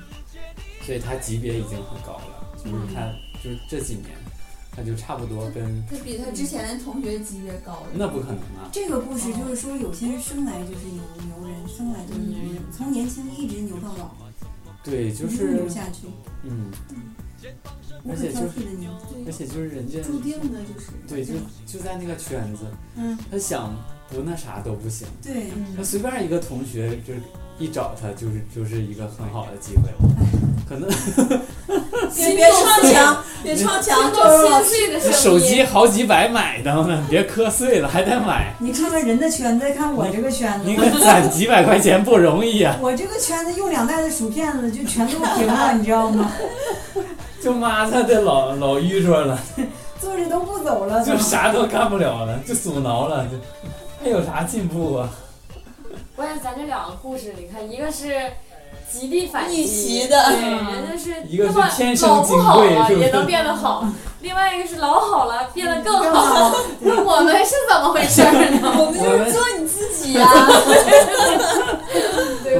[SPEAKER 2] 所以他级别已经很高了，就是他就是这几年，他就差不多跟
[SPEAKER 7] 他比他之前的同学级别高了。
[SPEAKER 2] 那不可能啊，
[SPEAKER 3] 这个故事就是说，有些人生来就是牛牛人，生来就是牛人，从年轻一直牛到老，
[SPEAKER 2] 对，嗯就
[SPEAKER 3] 一路
[SPEAKER 2] 是
[SPEAKER 3] 牛下去，
[SPEAKER 2] 嗯，
[SPEAKER 3] 无
[SPEAKER 2] 而
[SPEAKER 3] 可
[SPEAKER 2] 且
[SPEAKER 3] 挑
[SPEAKER 2] 就
[SPEAKER 3] 剔的牛。
[SPEAKER 2] 而且就是人家
[SPEAKER 7] 注定的就是
[SPEAKER 2] 对就就在那个圈子，
[SPEAKER 3] 嗯，
[SPEAKER 2] 他想不那啥都不行，
[SPEAKER 3] 对，
[SPEAKER 7] 嗯
[SPEAKER 2] 那随便一个同学就是一找他就是就是一个很好的机会，可能。
[SPEAKER 7] 别别撞墙，别撞墙，周
[SPEAKER 4] 都
[SPEAKER 7] 周
[SPEAKER 4] 心
[SPEAKER 7] 老师
[SPEAKER 4] 碎的
[SPEAKER 2] 这
[SPEAKER 4] 声
[SPEAKER 2] 手
[SPEAKER 4] 音。
[SPEAKER 2] 机好几百买的呢，别磕碎了还得买，
[SPEAKER 3] 你看看人的圈子，再看我这个圈子
[SPEAKER 2] 你，可攒几百块钱不容易啊！
[SPEAKER 3] 我这个圈子用两袋子薯片子就全都
[SPEAKER 2] [LAUGHS]
[SPEAKER 3] 平了，你知道吗？
[SPEAKER 2] 就妈他的老老愚拙了，
[SPEAKER 3] 坐着都不走了，都
[SPEAKER 2] 就啥都干不了了，就阻挠了，就还有啥进步啊？
[SPEAKER 5] 关键咱这两个故事，你看，一个是极力反
[SPEAKER 7] 逆
[SPEAKER 5] 击
[SPEAKER 7] 袭的
[SPEAKER 5] 对，人家是
[SPEAKER 2] 一个是
[SPEAKER 5] 那么
[SPEAKER 2] 天生
[SPEAKER 5] 老
[SPEAKER 2] 金
[SPEAKER 5] 不好
[SPEAKER 2] 贵
[SPEAKER 5] 了
[SPEAKER 2] 是不是
[SPEAKER 5] 也能变得好，另外一个是老好了变得嗯更
[SPEAKER 3] 更
[SPEAKER 5] 好。
[SPEAKER 3] 好。
[SPEAKER 5] 那我们是怎么回事呢？
[SPEAKER 7] 我们就
[SPEAKER 2] 我们
[SPEAKER 7] 是做你自己呀、
[SPEAKER 5] 对，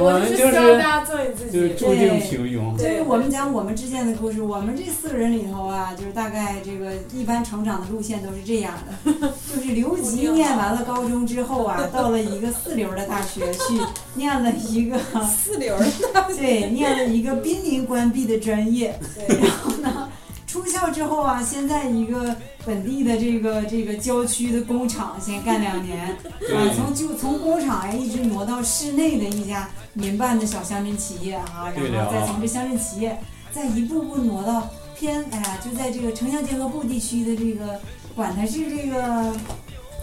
[SPEAKER 2] [LAUGHS] 我
[SPEAKER 5] 我
[SPEAKER 2] 们
[SPEAKER 5] 是
[SPEAKER 2] 就是
[SPEAKER 5] 希望大家做你自
[SPEAKER 2] 就是
[SPEAKER 5] 己。
[SPEAKER 2] 注定平庸。
[SPEAKER 3] 就是我们讲我们之间的故事，我们这四个人里头啊，就是大概这个一般成长的路线都是这样的， [LAUGHS] 就是留级念完了高中之后啊，到了一个四流的大学去念了一个，
[SPEAKER 7] 四流
[SPEAKER 2] [LAUGHS]
[SPEAKER 7] 儿，
[SPEAKER 3] 对，念了一个濒临关闭的专业，然后呢。出校之后啊，先在一个本地的这个这个郊区的工厂先干两年，啊，从就从工厂呀一直挪到市内的一家民办的小乡镇企业啊，
[SPEAKER 2] 对
[SPEAKER 3] 然
[SPEAKER 2] 了
[SPEAKER 3] 后再从这乡镇企业再一步步挪到偏哎呀，就在这个城乡结合部地区的这个，管它是这个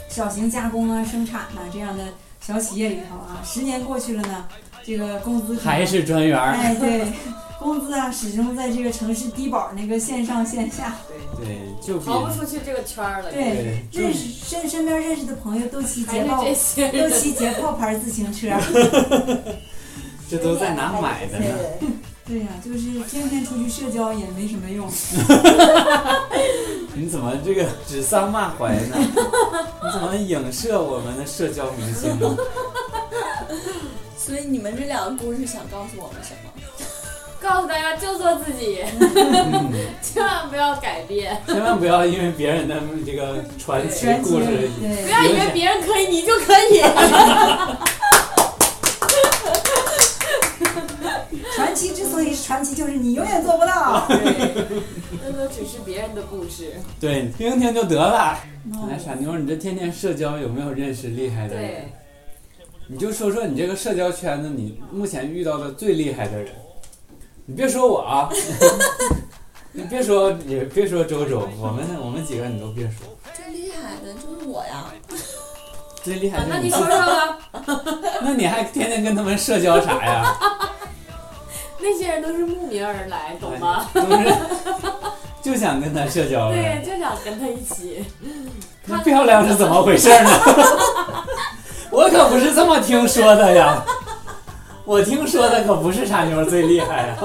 [SPEAKER 3] 小型加工啊、生产呐、这样的小企业里头啊，十年过去了呢，这个工资可能
[SPEAKER 2] 还是专员儿，
[SPEAKER 3] 哎对，工资啊始终在这个城市低保那个线上线下，
[SPEAKER 2] 对，就比
[SPEAKER 5] 逃不出去这个圈儿了。
[SPEAKER 3] 对
[SPEAKER 2] 对，就
[SPEAKER 3] 认识身身边认识的朋友都骑
[SPEAKER 5] 还
[SPEAKER 3] 捷
[SPEAKER 5] 是
[SPEAKER 3] 豹
[SPEAKER 5] 这 [LAUGHS] 些
[SPEAKER 3] 都
[SPEAKER 5] 人，
[SPEAKER 3] 骑捷豹牌自行车。
[SPEAKER 2] 这都在哪买的呢？
[SPEAKER 3] 对呀、就是天天出去社交也没什么用。
[SPEAKER 2] 你怎么这个指桑骂槐
[SPEAKER 5] [LAUGHS]
[SPEAKER 2] 呢？你怎么影射我们的社交明星呢？
[SPEAKER 7] 所以你们这两个故事想告诉我们什么？
[SPEAKER 5] 告诉大家就做自 [LAUGHS] 己，
[SPEAKER 2] 嗯
[SPEAKER 5] [LAUGHS] 千万不要改变，
[SPEAKER 2] 千万不要因为别人的这个传奇
[SPEAKER 3] 全
[SPEAKER 2] 故
[SPEAKER 3] 节
[SPEAKER 2] 事
[SPEAKER 5] 不
[SPEAKER 3] 对，
[SPEAKER 5] 要以为别人可以，你就可以。
[SPEAKER 3] [LAUGHS] 传奇之所以是传奇，就是你永远做不 [LAUGHS] 到。
[SPEAKER 5] [LAUGHS] 对，那都只是别人的故事。
[SPEAKER 2] 对，你听听就得了。哎
[SPEAKER 3] No
[SPEAKER 2] 来，傻妞，你这天天社交有没有认识厉害的人
[SPEAKER 5] 嗯对？，
[SPEAKER 2] 你就说说你这个社交圈子，你目前遇到的最厉害的人。你别说我
[SPEAKER 5] [LAUGHS]
[SPEAKER 2] 啊，你别说，也别说周周，我们我们几个你都别说，
[SPEAKER 7] 最厉害的就是我呀！
[SPEAKER 2] 最厉害
[SPEAKER 5] 啊
[SPEAKER 2] 的
[SPEAKER 5] 那
[SPEAKER 2] 是
[SPEAKER 5] 你
[SPEAKER 2] 你
[SPEAKER 5] 说说吧，
[SPEAKER 2] [LAUGHS] 那你还天天跟他们社交啥呀？
[SPEAKER 5] 那些人都是慕名而来， [LAUGHS] 懂吗？
[SPEAKER 2] 哎？都是 [LAUGHS] 就想跟他社交呗
[SPEAKER 5] 对，。就想跟他一起。
[SPEAKER 2] 那漂亮是怎么回事
[SPEAKER 5] [LAUGHS]
[SPEAKER 2] 呢？我可不是这么听说的呀，我听说的可不是傻妞最厉害呀。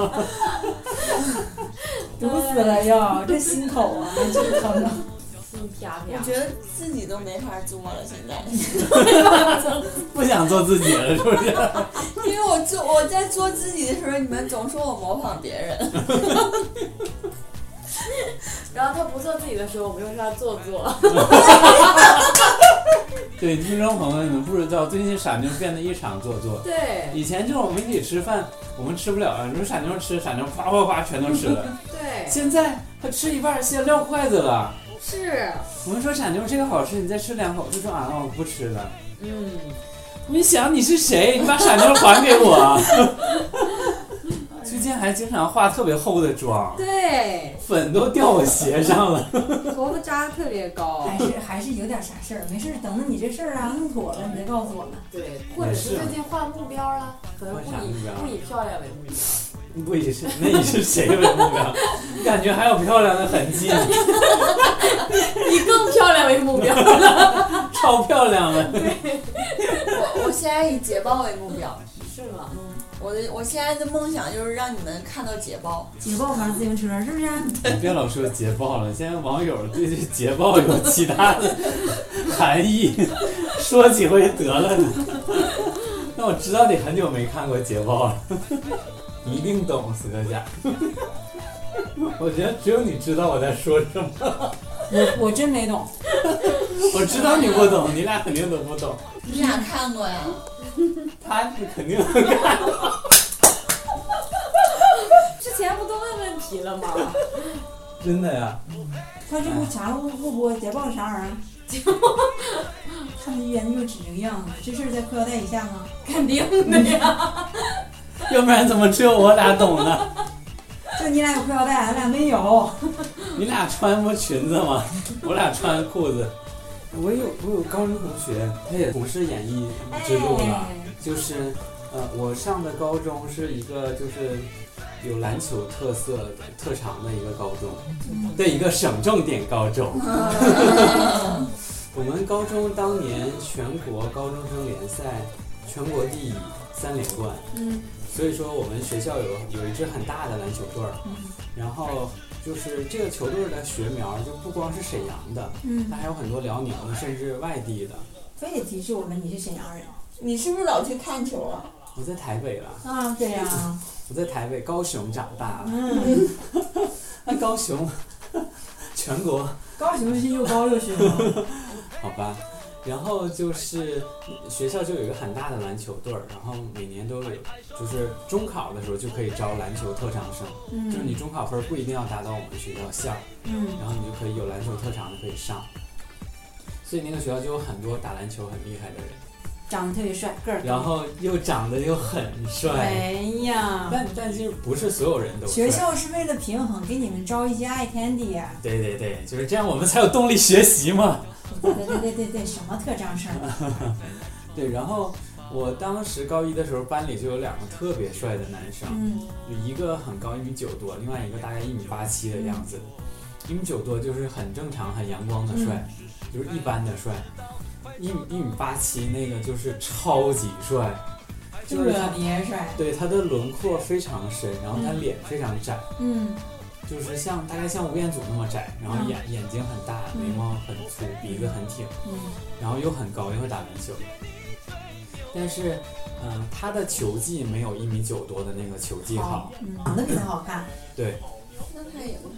[SPEAKER 3] 毒死了 [LAUGHS] 哟，这心口啊，真疼啊！
[SPEAKER 5] 心啪
[SPEAKER 7] 我
[SPEAKER 5] 啪，
[SPEAKER 7] 觉得自己都没法做了，现在，
[SPEAKER 2] 不想做自己了，是不是？
[SPEAKER 7] [LAUGHS] 因为我做我在做自己的时候，你们总说我模仿别人，
[SPEAKER 5] 然后他不做自己的时候，我们又说他做作。
[SPEAKER 2] 对，听众朋友们，你们不知道，最近傻妞变得异常做作。
[SPEAKER 5] 对
[SPEAKER 2] 以前就是我们一起吃饭，我们吃不了啊，你说傻妞吃，傻妞哗哗哗全都吃了。
[SPEAKER 5] [LAUGHS] 对，
[SPEAKER 2] 现在她吃一半先撂筷子了。
[SPEAKER 5] 是，
[SPEAKER 2] 我们说傻妞这个好吃，你再吃两口，就说啊我不吃了。
[SPEAKER 5] 嗯，
[SPEAKER 2] [LAUGHS] 你想你是谁？你把傻妞还给我。就前啊还经常化特别厚的妆，
[SPEAKER 5] 对，
[SPEAKER 2] 粉都掉我鞋上了。
[SPEAKER 5] 头发扎的特别高，
[SPEAKER 3] 还是还是有点啥事儿，没事儿，等着你这事儿 [LAUGHS] 啊弄妥了，你再告诉我们。
[SPEAKER 5] 对，或者是最近换目标了，可能不
[SPEAKER 2] 换啥目
[SPEAKER 5] 以
[SPEAKER 2] 标
[SPEAKER 5] 不以漂亮为目标。
[SPEAKER 2] 不，你是那你是谁为目标？你感觉还有漂亮的痕迹，
[SPEAKER 5] 以更漂亮为目标。
[SPEAKER 2] 超漂亮了。
[SPEAKER 7] [LAUGHS] 我我现在以捷豹为目标，
[SPEAKER 5] 是吗？
[SPEAKER 7] 我的我现在的梦想就是让你们看到捷豹。
[SPEAKER 3] 捷豹牌自行车是不是？
[SPEAKER 2] [LAUGHS] 你别老说捷豹了，现在网友对这捷豹有其他的含义，说几回得了呢。那我知道你很久没看过捷豹了，一定懂死哥讲。我觉得只有你知道我在说什么，
[SPEAKER 3] [LAUGHS] 我我真没懂，
[SPEAKER 2] 我知道你不懂，你俩肯定都不懂，
[SPEAKER 7] 你俩看过呀？
[SPEAKER 2] 他是肯定
[SPEAKER 5] 之前不都问问题了吗？
[SPEAKER 2] 真的呀。
[SPEAKER 3] 他这不啥都不播，捷豹啥 [LAUGHS] 玩意儿？看这研究指这个样子，这事儿在裤腰带以下吗？
[SPEAKER 5] 肯定的呀。
[SPEAKER 2] 要不然怎么只有我俩懂呢？
[SPEAKER 3] [LAUGHS] 就你俩有裤腰带，俺俩没有。
[SPEAKER 2] 你俩穿过裙子吗？ [LAUGHS] 我俩穿裤子。我有我有高中同学，他也从事演艺之路了，
[SPEAKER 3] 哎
[SPEAKER 2] 就是呃，我上的高中是一个就是有篮球特色特长的一个高中的一个省重点高中。我们高中当年全国高中生联赛全国第一，三连冠。
[SPEAKER 7] 嗯，
[SPEAKER 2] 所以说我们学校有有一支很大的篮球队儿，然后就是这个球队儿的学苗就不光是沈阳的，
[SPEAKER 3] 嗯
[SPEAKER 2] 它，还有很多辽宁的，甚至外地的。
[SPEAKER 3] 非得提示我们你是沈阳人
[SPEAKER 7] [LAUGHS] 你是不是老去看球啊？
[SPEAKER 2] 我在台北了，
[SPEAKER 3] 啊？对呀、
[SPEAKER 2] 我在台北高雄长大了，
[SPEAKER 3] 嗯，
[SPEAKER 2] 那 [LAUGHS] 高雄全国
[SPEAKER 3] 高雄是又高又凶。
[SPEAKER 2] 好吧。然后就是嗯学校就有一个很大的篮球队儿，然后每年都有，就是中考的时候就可以招篮球特长生，就是你
[SPEAKER 3] 嗯
[SPEAKER 2] 中考分儿不一定要达到我们学校校，
[SPEAKER 3] 嗯，
[SPEAKER 2] 然后你就可以有篮球特长的可以上。所以那个学校就有很多打篮球很厉害的人，
[SPEAKER 8] 长得特别帅，
[SPEAKER 3] 嗯
[SPEAKER 8] 个儿
[SPEAKER 2] 然后又长得又很帅，
[SPEAKER 3] 哎呀，
[SPEAKER 2] 但但就是不是所有人都帅
[SPEAKER 3] 学。校是为了平衡，给你们招一些爱天啊的呀。
[SPEAKER 2] 对对对，就是这样，我们才有动力学习嘛。
[SPEAKER 3] 对对对对对，什么特长生？ [LAUGHS]
[SPEAKER 2] 对，然后我当时高一的时候，班里就有两个特别帅的男生，
[SPEAKER 3] 嗯
[SPEAKER 2] 一个很高，一米九多，另外一个大概一米八七的样子。一米九多就是很正常、很阳光的帅，就是一般的帅。一米一米八七那个就是超级帅，就是
[SPEAKER 3] 特
[SPEAKER 2] 他
[SPEAKER 3] 别帅。
[SPEAKER 2] 对他的轮廓非常深，然后他脸非常窄，
[SPEAKER 3] 嗯
[SPEAKER 2] 就是像大概像吴彦祖那么窄，然后眼、眼睛很大，
[SPEAKER 3] 嗯
[SPEAKER 2] 眉毛很粗，鼻子很挺，
[SPEAKER 3] 嗯
[SPEAKER 2] 然后又很高，又会打篮球。但是，嗯、他的球技没有一米九多的那个球技好。
[SPEAKER 3] 嗯，长得比他好看。
[SPEAKER 2] 对
[SPEAKER 7] 那他也不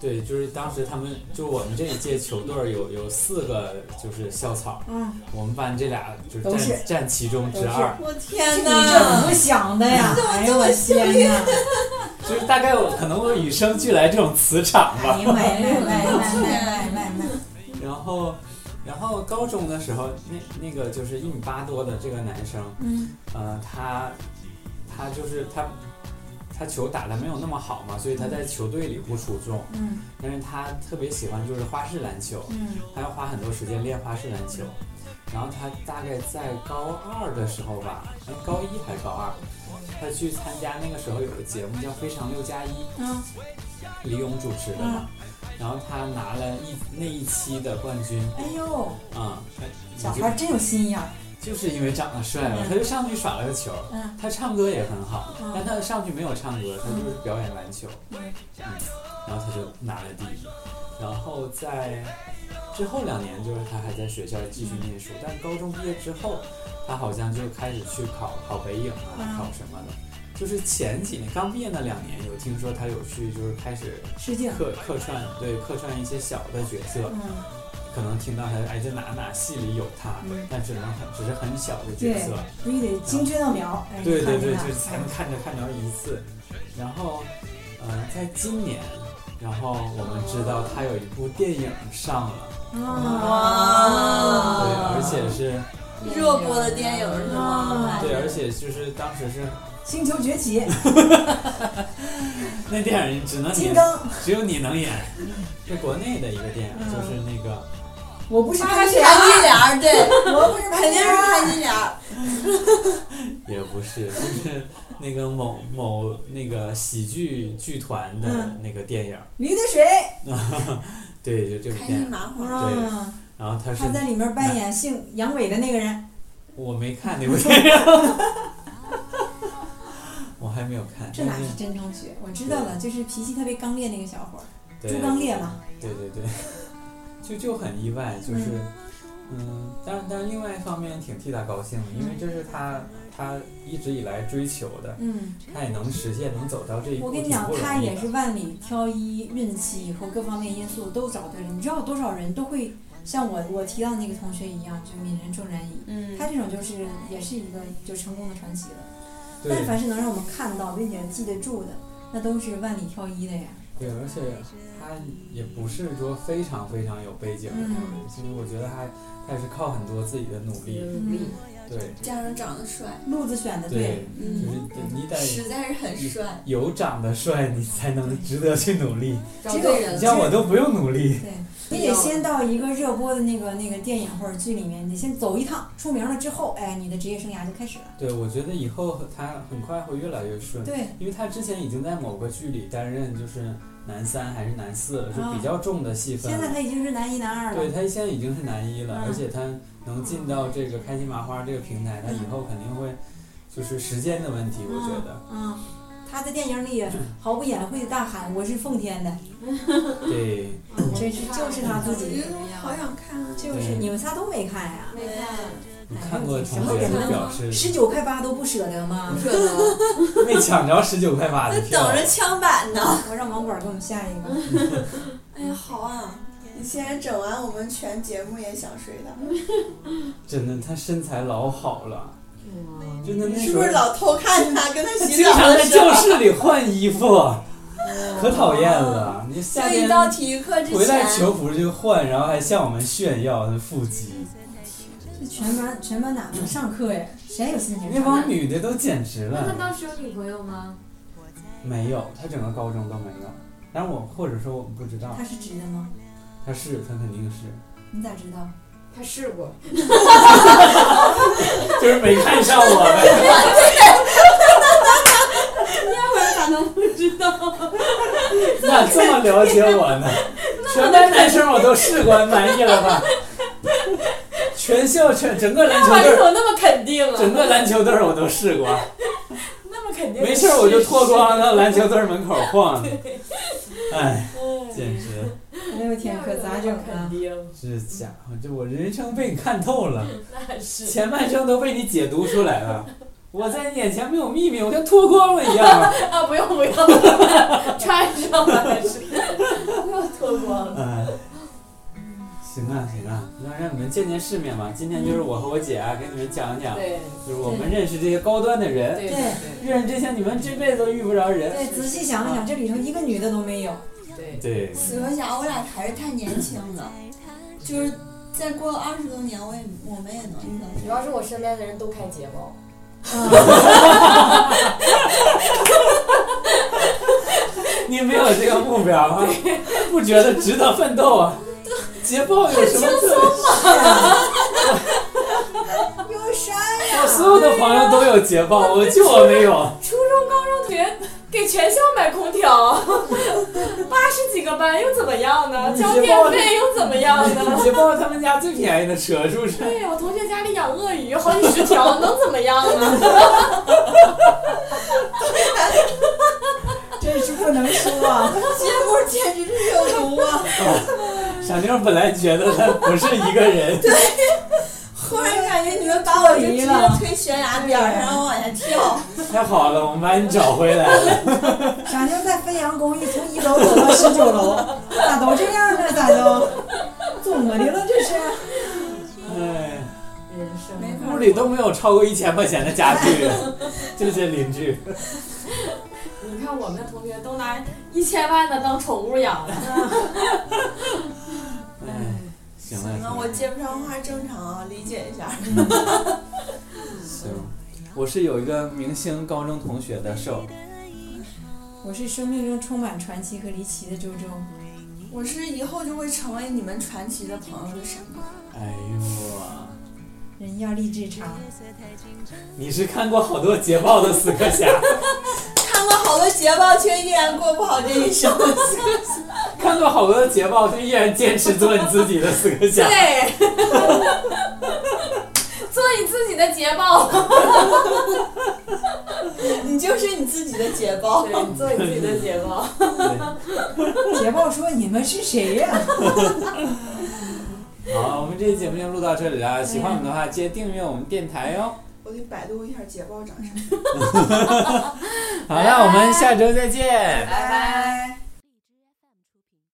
[SPEAKER 2] 对，就是当时他们就我们这一届球队儿有有四个就是校草，
[SPEAKER 3] 嗯，
[SPEAKER 2] 我们班这俩就
[SPEAKER 3] 都是
[SPEAKER 2] 占占其中之二，
[SPEAKER 7] 我
[SPEAKER 3] 这你
[SPEAKER 7] 天
[SPEAKER 3] 这怎
[SPEAKER 7] 哪
[SPEAKER 3] 么！想的呀？哎呦我天哪！
[SPEAKER 2] 就是大概我可能我与生俱来这种磁场吧。
[SPEAKER 3] 哎呀妈呀！卖卖卖 [LAUGHS] 卖卖卖卖！
[SPEAKER 2] 然后，然后高中的时候，那那个就是一米八多的这个男生，
[SPEAKER 3] 嗯
[SPEAKER 2] 呃，他他就是他他球打的没有那么好嘛，所以他在球队里不出众，
[SPEAKER 3] 嗯
[SPEAKER 2] 但是他特别喜欢就是花式篮球，
[SPEAKER 3] 嗯
[SPEAKER 2] 他要花很多时间练花式篮球。然后他大概在高二的时候吧，哎，高一还是高二，他去参加那个时候有个节目叫《非常六加一》，
[SPEAKER 3] 嗯
[SPEAKER 2] 李咏主持的嘛。然后他拿了一那一期的冠军
[SPEAKER 3] 哎呦，
[SPEAKER 2] 啊，
[SPEAKER 3] 小
[SPEAKER 2] 你就
[SPEAKER 3] 孩真有心眼儿。
[SPEAKER 2] 就是因为长得帅嘛，
[SPEAKER 3] 嗯
[SPEAKER 2] 他就上去耍了个球。
[SPEAKER 3] 嗯
[SPEAKER 2] 他唱歌也很好，
[SPEAKER 3] 嗯
[SPEAKER 2] 但他上去没有唱歌，他就是表演篮球，
[SPEAKER 3] 嗯
[SPEAKER 2] 然后他就拿了第一。然后在之后两年，就是他还在学校继续念
[SPEAKER 3] 嗯
[SPEAKER 2] 书，但高中毕业之后，他好像就开始去考考北影啊，
[SPEAKER 3] 嗯
[SPEAKER 2] 考什么的。就是前几年刚毕业那两年，有听说他有去，就是开始
[SPEAKER 3] 试镜。
[SPEAKER 2] 客客串，对客串一些小的角色，
[SPEAKER 3] 嗯
[SPEAKER 2] 可能听到他哎，这哪哪戏里有他，
[SPEAKER 3] 嗯
[SPEAKER 2] 但只能很只是很小的角色。
[SPEAKER 3] 必须得精确到秒。哎
[SPEAKER 2] 对对对，
[SPEAKER 3] 看
[SPEAKER 2] 就
[SPEAKER 3] 一
[SPEAKER 2] 是才
[SPEAKER 3] 看
[SPEAKER 2] 能看着看着一次。然后，呃，在今年，然后我们知道他有一部电影上了，对，
[SPEAKER 3] 啊
[SPEAKER 7] 哇
[SPEAKER 2] 而且是，
[SPEAKER 7] 热播的电影是吗？啊
[SPEAKER 2] 对，而且就是当时是
[SPEAKER 6] 星球崛起》
[SPEAKER 2] 那电影只能
[SPEAKER 6] 金
[SPEAKER 2] 你，
[SPEAKER 6] 刚，
[SPEAKER 2] 只有你能
[SPEAKER 3] [LAUGHS]
[SPEAKER 2] 演。是国内的一个电影，
[SPEAKER 3] 嗯
[SPEAKER 2] 就是那个
[SPEAKER 6] 我不是
[SPEAKER 7] 潘
[SPEAKER 6] 潘
[SPEAKER 7] 金
[SPEAKER 6] 金
[SPEAKER 3] 啊
[SPEAKER 6] 莲，
[SPEAKER 7] 莲儿， [LAUGHS] 对，
[SPEAKER 6] 我不是潘金
[SPEAKER 7] 肯定是
[SPEAKER 6] 莲，
[SPEAKER 7] 潘金莲儿。
[SPEAKER 2] 也不是，就是那个某某那个喜剧剧团
[SPEAKER 3] 嗯
[SPEAKER 2] 的那个电影。
[SPEAKER 6] 驴得水，
[SPEAKER 2] 对，就这部
[SPEAKER 7] 开
[SPEAKER 2] 电
[SPEAKER 7] 心
[SPEAKER 2] 影。
[SPEAKER 7] 麻花儿，
[SPEAKER 3] 啊，
[SPEAKER 2] 然后他是
[SPEAKER 3] 他在里面扮演姓杨伟的那个
[SPEAKER 2] 嗯
[SPEAKER 3] 人，
[SPEAKER 2] 我没看那部电
[SPEAKER 3] [LAUGHS]
[SPEAKER 2] 影，我还没有看。
[SPEAKER 3] 这哪是真张学？我知道了，就是脾气特别刚烈那个小伙儿，
[SPEAKER 2] 对
[SPEAKER 3] 朱刚烈嘛。
[SPEAKER 2] 对对对，就就很意外，就是，嗯，但是但是另外一方面挺替他高兴的，因为这是他他一直以来追求的，
[SPEAKER 3] 嗯，
[SPEAKER 2] 他也能实现，能走到这一步，
[SPEAKER 3] 我跟你
[SPEAKER 2] 挺
[SPEAKER 3] 讲
[SPEAKER 2] 不，
[SPEAKER 3] 他
[SPEAKER 2] 容易
[SPEAKER 3] 也
[SPEAKER 2] 的
[SPEAKER 3] 是。万里挑一，运气和各方面因素都找对了。你知道有多少人都会像我我提到那个同学一样，就泯人众难矣。
[SPEAKER 8] 嗯
[SPEAKER 3] 他这种就是也是一个就成功的传奇了。但
[SPEAKER 2] 对
[SPEAKER 3] 凡是能让我们看到并且记得住的，那都是万里挑一的呀。
[SPEAKER 2] 对，而且他也不是说非常非常有背景的那种人，其实我觉得他他也是靠很多自己的努力，
[SPEAKER 3] 嗯，
[SPEAKER 2] 对
[SPEAKER 7] 加上长得帅，
[SPEAKER 3] 路子选的对，，
[SPEAKER 2] 就
[SPEAKER 3] 嗯，
[SPEAKER 2] 是你得
[SPEAKER 7] 实在是很帅。
[SPEAKER 2] 有长得帅，你才能值得去努力。
[SPEAKER 8] 找对人
[SPEAKER 2] 你
[SPEAKER 3] 嗯
[SPEAKER 8] 了，
[SPEAKER 2] 像我都不用努力，
[SPEAKER 3] 对，你得先到一个热播的那个那个电影或者剧里面，你先走一趟，出名了之后，哎，你的职业生涯就开始了。
[SPEAKER 2] 对我觉得以后他很快会越来越顺，
[SPEAKER 3] 对，
[SPEAKER 2] 因为他之前已经在某个剧里担任就是男三还是男四了，
[SPEAKER 3] 啊
[SPEAKER 2] 就比较重的戏份
[SPEAKER 3] 现在
[SPEAKER 2] 了。
[SPEAKER 3] 他已经是男一男二
[SPEAKER 2] 对
[SPEAKER 3] 了。
[SPEAKER 2] 他现在已经是男一了，
[SPEAKER 3] 嗯
[SPEAKER 2] 而且他能进到这个开心麻花这个平台，他以后肯定会就是时间的问题，我觉得
[SPEAKER 3] 嗯，他在电影里也毫不掩晦的大喊：“我是奉天的
[SPEAKER 2] 对。
[SPEAKER 3] 真嗯是就是他自
[SPEAKER 7] 我
[SPEAKER 3] 己
[SPEAKER 7] 觉得我好想看啊！”，
[SPEAKER 3] 就是你们仨都没看呀？
[SPEAKER 5] 没看，
[SPEAKER 2] 你看过
[SPEAKER 3] 什
[SPEAKER 2] 同
[SPEAKER 3] 么
[SPEAKER 2] 学
[SPEAKER 3] 人
[SPEAKER 2] 都表
[SPEAKER 3] 呢？
[SPEAKER 2] 示
[SPEAKER 3] 十九块八都不舍
[SPEAKER 2] [LAUGHS]
[SPEAKER 3] 得吗？
[SPEAKER 8] 这个
[SPEAKER 2] 没抢着十九块八
[SPEAKER 7] 那
[SPEAKER 2] 的
[SPEAKER 7] 等
[SPEAKER 2] 票，
[SPEAKER 7] 着枪版呢。
[SPEAKER 3] 我让网管给我们下一个。
[SPEAKER 7] 哎呀，好啊！你现在整完，我们全节目也想睡了，
[SPEAKER 2] 真的他身材老好了，
[SPEAKER 5] 嗯
[SPEAKER 2] 真的那
[SPEAKER 7] 你是
[SPEAKER 2] 时
[SPEAKER 7] 不
[SPEAKER 2] 候
[SPEAKER 7] 是老偷看他跟他洗
[SPEAKER 2] 经
[SPEAKER 7] 澡
[SPEAKER 2] 常
[SPEAKER 7] 的
[SPEAKER 2] 在
[SPEAKER 7] 时
[SPEAKER 2] 教
[SPEAKER 7] 候？
[SPEAKER 2] 室里换衣服，可讨厌了。你夏
[SPEAKER 7] 就一
[SPEAKER 2] 天
[SPEAKER 7] 到体育课之
[SPEAKER 2] 回来
[SPEAKER 7] 前，
[SPEAKER 2] 球服就换，然后还向我们炫耀他腹肌，
[SPEAKER 3] 这全班全班哪能上课呀？谁有心情
[SPEAKER 2] 那
[SPEAKER 3] 上
[SPEAKER 2] 帮女的都简直
[SPEAKER 5] 那他
[SPEAKER 2] 了。
[SPEAKER 5] 当时有女朋友吗？
[SPEAKER 2] 没有，他整个高中都没有。但是我或者说我们不知道，
[SPEAKER 3] 他是直的吗？
[SPEAKER 2] 他是他肯定是，
[SPEAKER 3] 你咋知道？
[SPEAKER 5] 他试过，
[SPEAKER 2] 就是没看上我
[SPEAKER 5] [LAUGHS]
[SPEAKER 2] 呗。
[SPEAKER 5] 不然咋能不知道？ [LAUGHS]
[SPEAKER 2] 咋这么了解我呢？全班男生我都试过，满意了吧？全校全整个篮球
[SPEAKER 5] 他怎
[SPEAKER 2] 队儿，
[SPEAKER 5] 么那么肯定啊？
[SPEAKER 2] 整个篮球队儿我都试过。
[SPEAKER 5] 那么肯定？
[SPEAKER 2] 没事儿我就脱光到篮球队儿门口
[SPEAKER 5] [LAUGHS]
[SPEAKER 2] 晃，哎，
[SPEAKER 5] 嗯
[SPEAKER 2] 简直
[SPEAKER 3] 哎呦天，可咋整
[SPEAKER 5] 肯
[SPEAKER 3] 啊？
[SPEAKER 5] 定，
[SPEAKER 2] 这家伙，这我人生被你看透了，
[SPEAKER 5] 那是。
[SPEAKER 2] 前半生都被你解读出来了。 [LAUGHS] 我在你眼前没有秘密，我像脱光了一 [LAUGHS] 样。
[SPEAKER 5] [LAUGHS] 啊，不用不用，穿上了还是 [LAUGHS] 不要脱光了。
[SPEAKER 2] 哎，行啊行啊，那让你们见见世面吧。今天就是我和我姐啊，给你们讲讲，
[SPEAKER 5] 对
[SPEAKER 2] 就是我们认识这些高端的人，
[SPEAKER 5] 对
[SPEAKER 3] 对
[SPEAKER 2] 认识这些你们这辈子都遇不着的人。
[SPEAKER 3] 对，仔细想一想，这里头一个女的都没有。
[SPEAKER 5] 对
[SPEAKER 2] 对，
[SPEAKER 7] 死活侠，我俩还是太年轻了，就是再过二十多年，我也我们也能遇到
[SPEAKER 5] 主
[SPEAKER 7] 这样。
[SPEAKER 5] 要是我身边的人都开睫毛，
[SPEAKER 2] 你没有这个目标啊，不觉得值得奋斗啊？捷豹有什么特
[SPEAKER 7] 有啥？
[SPEAKER 2] 别？我所有的朋友都有捷豹，我就我没有。
[SPEAKER 5] 初中、高中同学给全校买空调， [LAUGHS] 八十几个班又怎么样
[SPEAKER 2] 嗯
[SPEAKER 5] 呢？交电费又怎么样呢？
[SPEAKER 2] [LAUGHS] 捷豹他们家最便宜的车是不是？
[SPEAKER 5] 对我同学家里养鳄鱼，好几十条，能怎么样呢？ [LAUGHS]
[SPEAKER 3] 真是不能说
[SPEAKER 7] [LAUGHS]
[SPEAKER 3] 啊！
[SPEAKER 7] 节目简直是有毒啊！
[SPEAKER 2] 傻妞本来觉得他不是一个人，
[SPEAKER 7] 忽然感觉你们把我就直
[SPEAKER 3] 离
[SPEAKER 7] 接
[SPEAKER 3] 了
[SPEAKER 7] 推悬崖边儿上，让我往下跳。
[SPEAKER 2] 太好了，我们把你找回来了。
[SPEAKER 3] 傻妞在汾阳公寓从一楼走到十九楼，咋都这样呢？咋都？怎么的了？这是？
[SPEAKER 2] 哎，
[SPEAKER 5] 人生
[SPEAKER 7] 没法
[SPEAKER 2] 屋里都没有超过一千块钱的家 [LAUGHS] 具，这些邻居。
[SPEAKER 5] 你看我们同学都拿一千万的当宠物养了，
[SPEAKER 2] 哎，行了，
[SPEAKER 7] 行
[SPEAKER 2] 行
[SPEAKER 7] 了，
[SPEAKER 2] 了
[SPEAKER 7] 我接不上话正常啊，理解一下。
[SPEAKER 2] 行。我是有一个明星高中同学的瘦，
[SPEAKER 3] 我是生命中充满传奇和离奇的周周。
[SPEAKER 7] 我是以后就会成为你们传奇的朋友的闪光。
[SPEAKER 2] 哎呦，
[SPEAKER 3] 人要立志长，
[SPEAKER 2] 你是看过好多捷豹的死磕 [LAUGHS] 侠，
[SPEAKER 7] 看过好多捷豹，却依然过不好这一生。
[SPEAKER 2] 看过好多捷豹，却依然坚持做你自己的死磕侠。
[SPEAKER 5] 对， [LAUGHS] 做你自己的捷豹。
[SPEAKER 7] 你就是你自己的捷豹。
[SPEAKER 5] 对，做你自己的捷豹。
[SPEAKER 2] 对
[SPEAKER 3] 捷豹说：“你们是谁呀、
[SPEAKER 2] 好，我们这期节目就录到这里了，喜欢我们的话，记得订阅我们电台哦哟。
[SPEAKER 7] 我得百度一下捷豹长啥样。
[SPEAKER 2] 哎好了，我们下周再见。
[SPEAKER 5] 拜拜。
[SPEAKER 7] 拜。